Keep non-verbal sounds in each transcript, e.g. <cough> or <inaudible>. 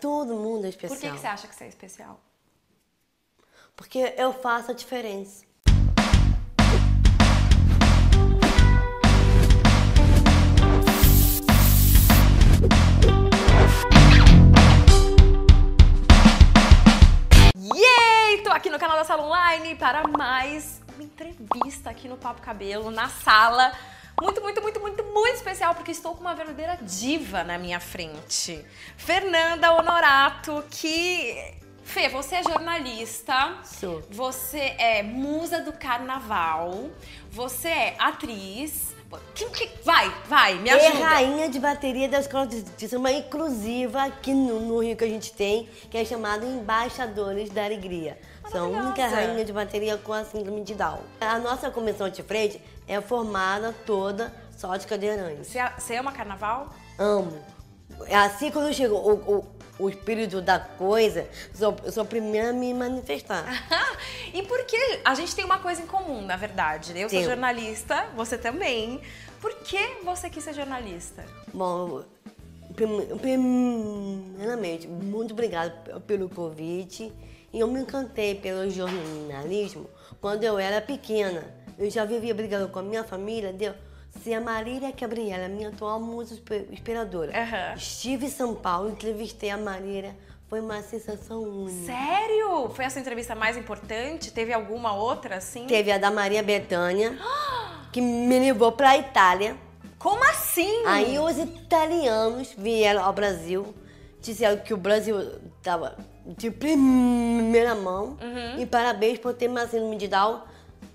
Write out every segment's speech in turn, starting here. Todo mundo é especial. Por que, que você acha que você é especial? Porque eu faço a diferença. Yay! Tô aqui no canal da Sala Online para mais uma entrevista aqui no Papo Cabelo, na sala. Muito, muito, muito, muito, muito especial, porque estou com uma verdadeira diva na minha frente. Fernanda Honorato, que. Fê, você é jornalista, Sou. você é musa do carnaval, você é atriz. Que- que- Vai, vai, me É ajuda. rainha de bateria da Escola de de Samba Inclusiva aqui no, no Rio que a gente tem, que é chamado Embaixadores da Alegria. Sou a Maravilhosa. única rainha de bateria com a síndrome de Down. A nossa comissão de frente é formada toda só de cadeirantes. Você- é, Você ama carnaval? Amo. Assim quando chegou o, o, o espírito da coisa, sou, eu sou a primeira a me manifestar. <laughs> e porque a gente tem uma coisa em comum, na verdade. né? Eu sou Tem. jornalista, você também. Por que você quis ser jornalista? Bom, prim- primeiramente, muito obrigada p- pelo convite. E eu me encantei pelo jornalismo quando eu era pequena. Eu já vivia brigando com a minha família, deu. Se a Marília Gabriela, minha atual musa inspi- inspiradora, Aham. estive em São Paulo, entrevistei a Marília, foi uma sensação única. Sério? Foi essa entrevista mais importante? Teve alguma outra assim? Teve a da Maria Bethânia, que me levou para a Itália. Como assim? Aí os italianos vieram ao Brasil, disseram que o Brasil estava de primeira mão Uhum. e parabéns por ter Marcelo Mididal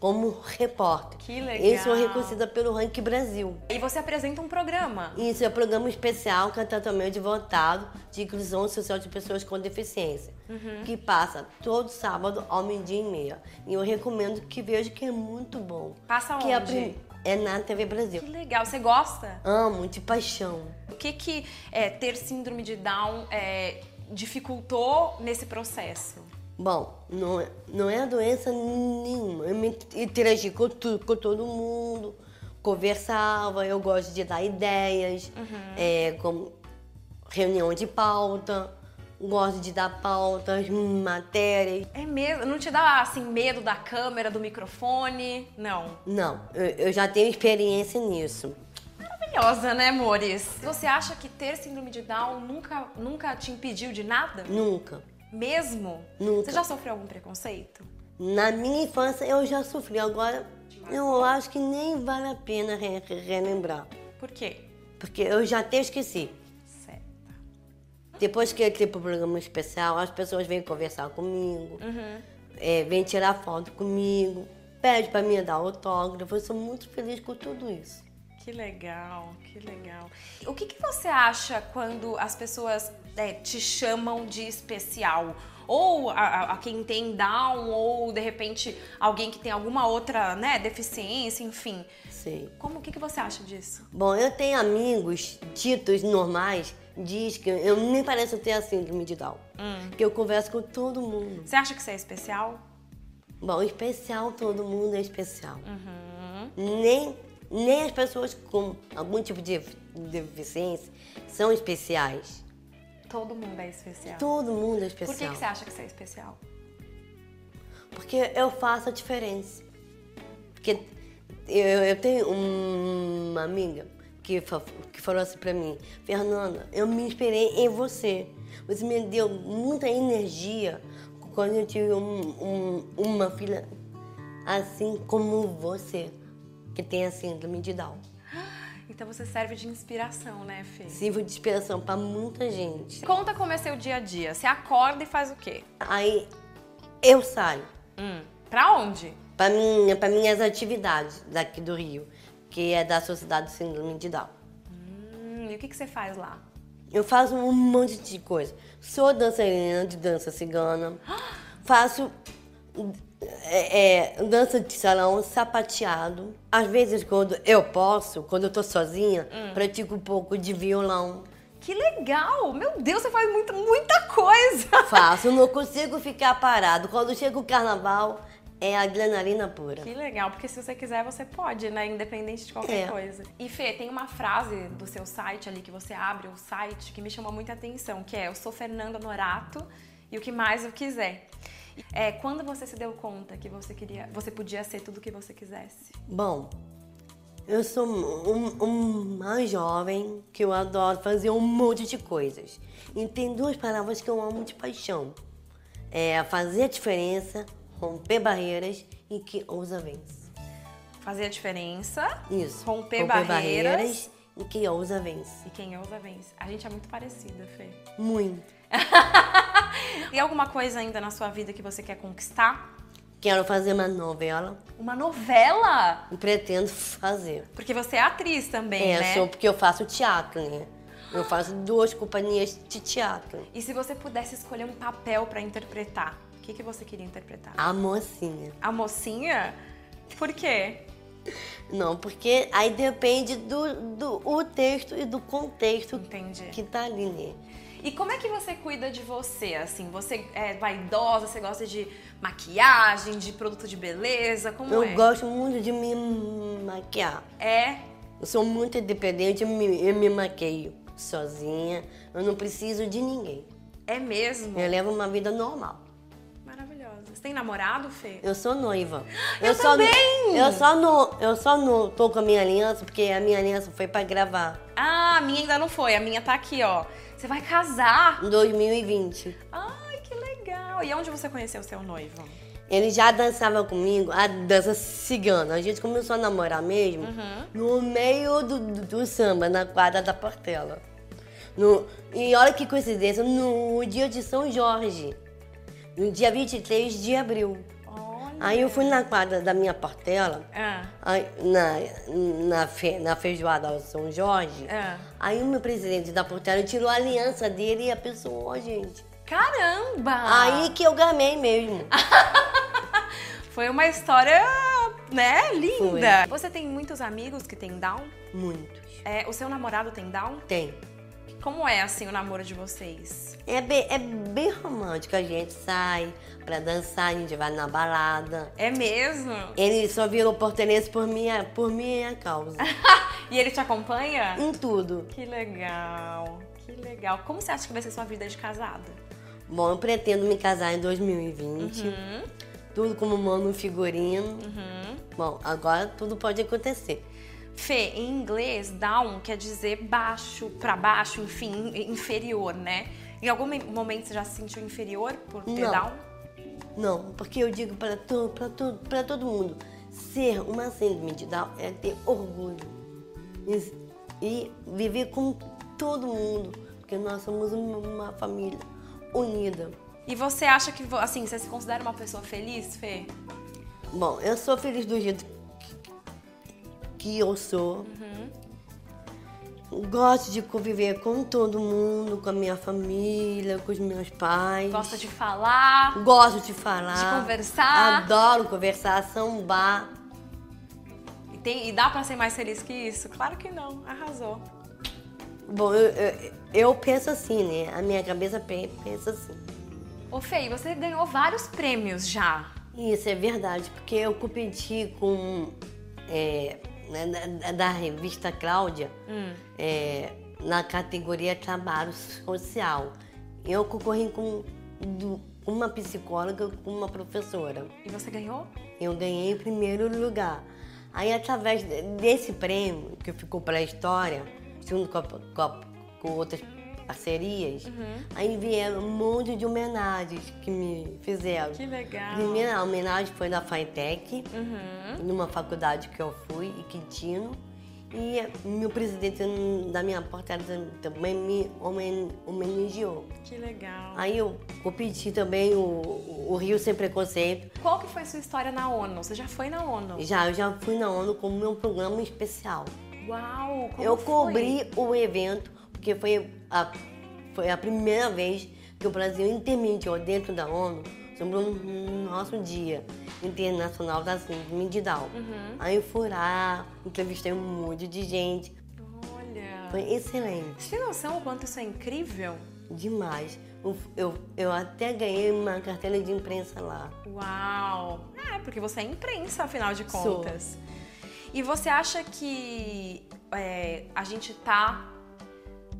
como repórter. Que legal. Isso é reconhecida pelo Ranking Brasil. E você apresenta um programa. Isso é um programa especial que é totalmente voltado de inclusão social de pessoas com deficiência, Uhum. que passa todo sábado ao meio-dia e meia. E eu recomendo que veja que é muito bom. Passa que é a onde? prim- É na TV Brasil. Que legal, você gosta? Amo de paixão. O que que é, ter síndrome de Down é, dificultou nesse processo? Bom, não é, não é doença nenhuma. Eu me interagi com, tu, com todo mundo, conversava, eu gosto de dar ideias, é, como reunião de pauta, gosto de dar pautas, matérias. É mesmo? Não te dá assim medo da câmera, do microfone? Não. Não, eu, eu já tenho experiência nisso. Maravilhosa, né, amores? Você acha que ter síndrome de Down nunca, nunca te impediu de nada? Nunca. Mesmo? Nunca. Você já sofreu algum preconceito? Na minha infância eu já sofri, agora eu acho que nem vale a pena re- re- relembrar, Por quê? porque eu já até esqueci. Certo. Depois que eu entrei pro programa especial, as pessoas vêm conversar comigo, Uhum. é, vêm tirar foto comigo, pede pra me dar autógrafo. Eu sou muito feliz com tudo isso. Que legal, que legal. O que, que você acha quando as pessoas é, te chamam de especial? Ou a, a- a quem tem Down, ou de repente alguém que tem alguma outra né, deficiência, enfim. Sei. Como o que, que você acha disso? Bom, eu tenho amigos ditos normais, diz que eu nem pareço ter a síndrome de Down. Hum. Que eu converso com todo mundo. Você acha que você é especial? Bom, especial todo mundo é especial. Uhum. Nem, nem as pessoas com algum tipo de deficiência são especiais. Todo mundo é especial. Todo mundo é Por especial. que, que você acha que você é especial? Porque eu faço a diferença. Porque eu, eu tenho uma amiga que, fa- que falou assim pra mim, Fernanda, eu me inspirei em você. Você me deu muita energia quando eu tive um- um- uma filha assim como você, que tem a síndrome de Down. Então você serve de inspiração, né, Fê? Sirvo de inspiração pra muita gente. Conta como é seu dia a dia. Você acorda e faz o quê? Aí eu saio. Hum. Pra onde? para minha, para minhas atividades daqui do Rio, que é da Sociedade do Síndrome de Down. Hum, e o que, que você faz lá? Eu faço um monte de coisa. Sou dançarina de dança cigana, faço é, é, dança de salão, sapateado. Às vezes, quando eu posso, quando eu tô sozinha, pratico um pouco de violão. Que legal! Meu Deus, você faz muito, muita coisa! <laughs> Faço, não consigo ficar parado. Quando chega o carnaval, É adrenalina pura. Que legal, porque se você quiser, você pode, né? Independente de qualquer É. coisa. E Fê, tem uma frase do seu site ali que você abre o site que me chamou muita atenção, que é eu sou Fernanda Norato e o que mais eu quiser. É, quando você se deu conta que você queria, você podia ser tudo o que você quisesse? Bom, eu sou um- um- uma jovem que eu adoro fazer um monte de coisas. E tem duas palavras que eu amo de paixão. É fazer a diferença, romper barreiras e que ousa vence. Fazer a diferença Isso. Romper barreiras. e que ousa vence. e quem ousa vence. A gente é muito parecida, Fê. Muito. Tem alguma coisa ainda na sua vida que você quer conquistar? Quero fazer uma novela Uma novela? e pretendo fazer. Porque você é atriz também, é, né? só porque eu faço teatro, né? Eu faço duas companhias de teatro. E se você pudesse escolher um papel pra interpretar, o que, que você queria interpretar? A mocinha. A mocinha? Por quê? Não, porque aí depende do, do o texto e do contexto Entendi. que tá ali, né? E como é que você cuida de você, assim? Você é vaidosa, você gosta de maquiagem, de produto de beleza, como Eu é? gosto muito de me maquiar. É? Eu sou muito independente, eu me, eu me maqueio sozinha. Eu não preciso de ninguém. É mesmo? Eu levo uma vida normal. Maravilhosa. Você tem namorado, Fê? Eu sou <gasps> noiva. Eu só não- também! eu só não, eu só não tô com a minha aliança porque a minha aliança foi pra gravar Ah, a minha ainda não foi, a minha tá aqui, ó. Você vai casar? em 2020. Ai, que legal. E onde você conheceu o seu noivo? Ele já dançava comigo a dança cigana. A gente começou a namorar mesmo no meio do, do- do samba, na quadra da Portela. No- e olha que coincidência, no dia de São Jorge, no dia 23 de abril. Olha. Aí eu fui na quadra da minha Portela, Ah, aí, na, na, fe- na feijoada São Jorge. ah. Aí o meu presidente da Portela tirou a aliança dele e a pessoa, gente. Caramba! Aí que eu gamei mesmo. Foi uma história, né, linda. Você tem muitos amigos que têm Down? Muitos. É, o seu namorado tem Down? Tem. Como é, assim, o namoro de vocês? É bem, é bem romântico, a gente sai pra dançar, a gente vai na balada. É mesmo? Ele só virou portenense por minha, por minha causa. e ele te acompanha? em tudo. Que legal, que legal. Como você acha que vai ser sua vida de casado? Bom, eu pretendo me casar em 2020. Tudo como mano figurino. Bom, agora tudo pode acontecer. Fê, em inglês, down quer dizer baixo, pra baixo, enfim, inferior, né? Em algum momento você já se sentiu inferior por ter um? Não. down? Não, porque eu digo pra, to, pra, to, pra todo mundo, ser uma síndrome de Down é ter orgulho. E, e viver com todo mundo, porque nós somos uma- uma família unida. E você acha que, vo- assim, você se considera uma pessoa feliz, Fê? Bom, eu sou feliz do jeito que eu sou. Uhum. Gosto de conviver com todo mundo, com a minha família, com os meus pais. Gosta de falar? Gosto de falar. De conversar. Adoro conversar, sambar. E, tem- e dá pra ser mais feliz que isso? Claro que não, arrasou. Bom, eu, eu, eu penso assim, né? A minha cabeça pe- pensa assim. Ô Fê, você ganhou vários prêmios já. Isso é verdade, porque eu competi com. é, né, da- da, da revista Cláudia, é, na categoria Trabalho Social. Eu concorri com du- uma psicóloga com uma professora. E você ganhou? Eu ganhei em primeiro lugar. Aí, através de- desse prêmio, que ficou para a história, junto com, a- com a- com outras parcerias, Uhum. aí vieram um monte de homenagens que me fizeram. Que legal. A primeira homenagem foi na FATEC, Uhum. numa faculdade que eu fui, em Quintino. E meu presidente da minha porta também me homen- homenageou. Que legal. Aí eu competi também o, o Rio Sem Preconceito, Qual que foi sua história na ONU? Você já foi na ONU? já, eu já fui na ONU com o meu programa especial. Uau, como eu foi? cobri o evento, porque foi a, foi a primeira vez que o Brasil intermediou dentro da ONU sobre o nosso Dia Internacional da Síndrome de Down. Uhum. Aí eu fui lá, entrevistei um monte de gente. Olha. Foi excelente. Você tem noção o quanto isso é incrível? demais. Eu, eu, eu até ganhei uma carteira de imprensa lá. Uau! É, porque você é imprensa, afinal de Sou. contas. E você acha que é, a gente tá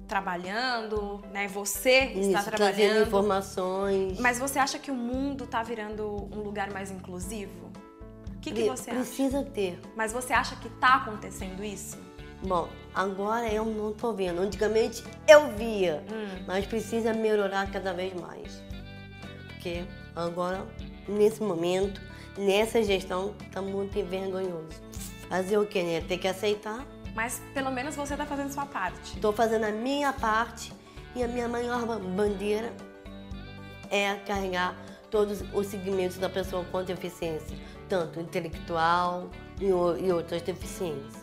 trabalhando, né? Você está Isso, é trazendo trabalhando. informações. Mas você acha que o mundo tá virando um lugar mais inclusivo? O que, que Pre- você acha? Precisa ter. Mas você acha que tá acontecendo isso? Bom, agora eu não tô vendo. Antigamente eu via, mas precisa melhorar cada vez mais. Porque agora, nesse momento, nessa gestão, tá muito vergonhoso. Fazer o quê, né? Ter que aceitar. Mas pelo menos você tá fazendo sua parte. Estou fazendo a minha parte e a minha maior ba- bandeira é carregar todos os segmentos da pessoa com deficiência, tanto intelectual e, o- e outras deficiências.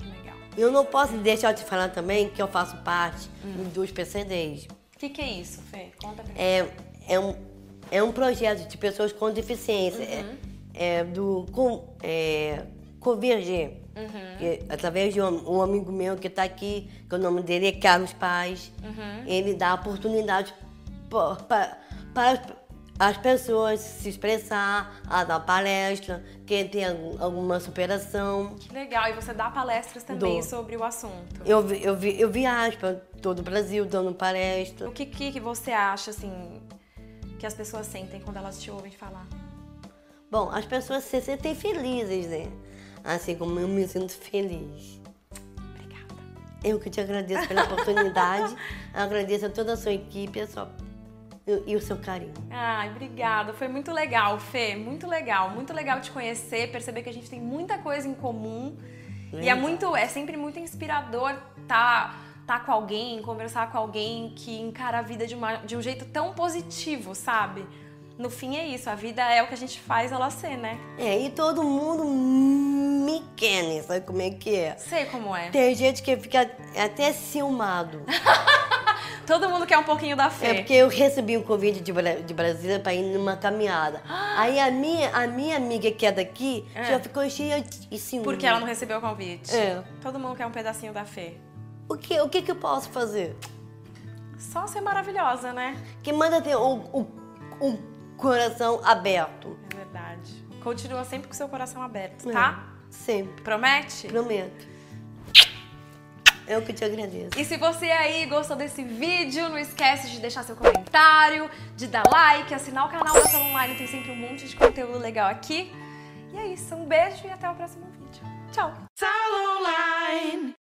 Legal. Eu não posso deixar de falar também que eu faço parte dos PCDs. O que, que é isso, Fê? Conta pra mim. É, é, um, é um projeto de pessoas com deficiência, é- é, do com, é, Converger, que, através de um, um amigo meu que está aqui, que o nome dele é Carlos Paz. Ele dá oportunidade po- pa- para as- as pessoas se expressar, a dar palestra, quem tem algum- alguma superação. Que legal. E você dá palestras também Dou. sobre o assunto. Eu, vi- eu, vi, eu viajo para todo o Brasil dando palestra. O que, que, que você acha, assim, que as pessoas sentem quando elas te ouvem falar? Bom, as pessoas se sentem felizes, né? Assim como eu me sinto feliz. Obrigada. Eu que te agradeço <laughs> pela oportunidade, agradeço a toda a sua equipe a sua- e, e o seu carinho. Ai, obrigada. Foi muito legal, Fê. Muito legal. Muito legal te conhecer, perceber que a gente tem muita coisa em comum. E é Legal. muito, é sempre muito inspirador tá tá com alguém, conversar com alguém que encara a vida de, uma, de um jeito tão positivo, sabe? No fim é isso, a vida é o que a gente faz ela ser, né? É, e todo mundo me quer, né? sabe como é que é? Sei como é. Tem gente que fica até ciumado. Todo mundo quer um pouquinho da Fê. É porque eu recebi um convite de, Bra- de Brasília para ir numa <gasps> caminhada. Aí a minha, a minha amiga que é daqui É. já ficou cheia de ciúme. Porque ela não recebeu o convite. É. Todo mundo quer um pedacinho da Fê. O que, o que que eu posso fazer? Só ser maravilhosa, né? Quem manda ter o, o, o coração aberto. É verdade. Continua sempre com o seu coração aberto, tá? É, sempre. Promete? Prometo. Eu que te agradeço. E se você aí gostou desse vídeo, não esquece de deixar seu comentário, de dar like, assinar o canal da Sala Online, tem sempre um monte de conteúdo legal aqui. E é isso, um beijo e até o próximo vídeo. Tchau! It's all online.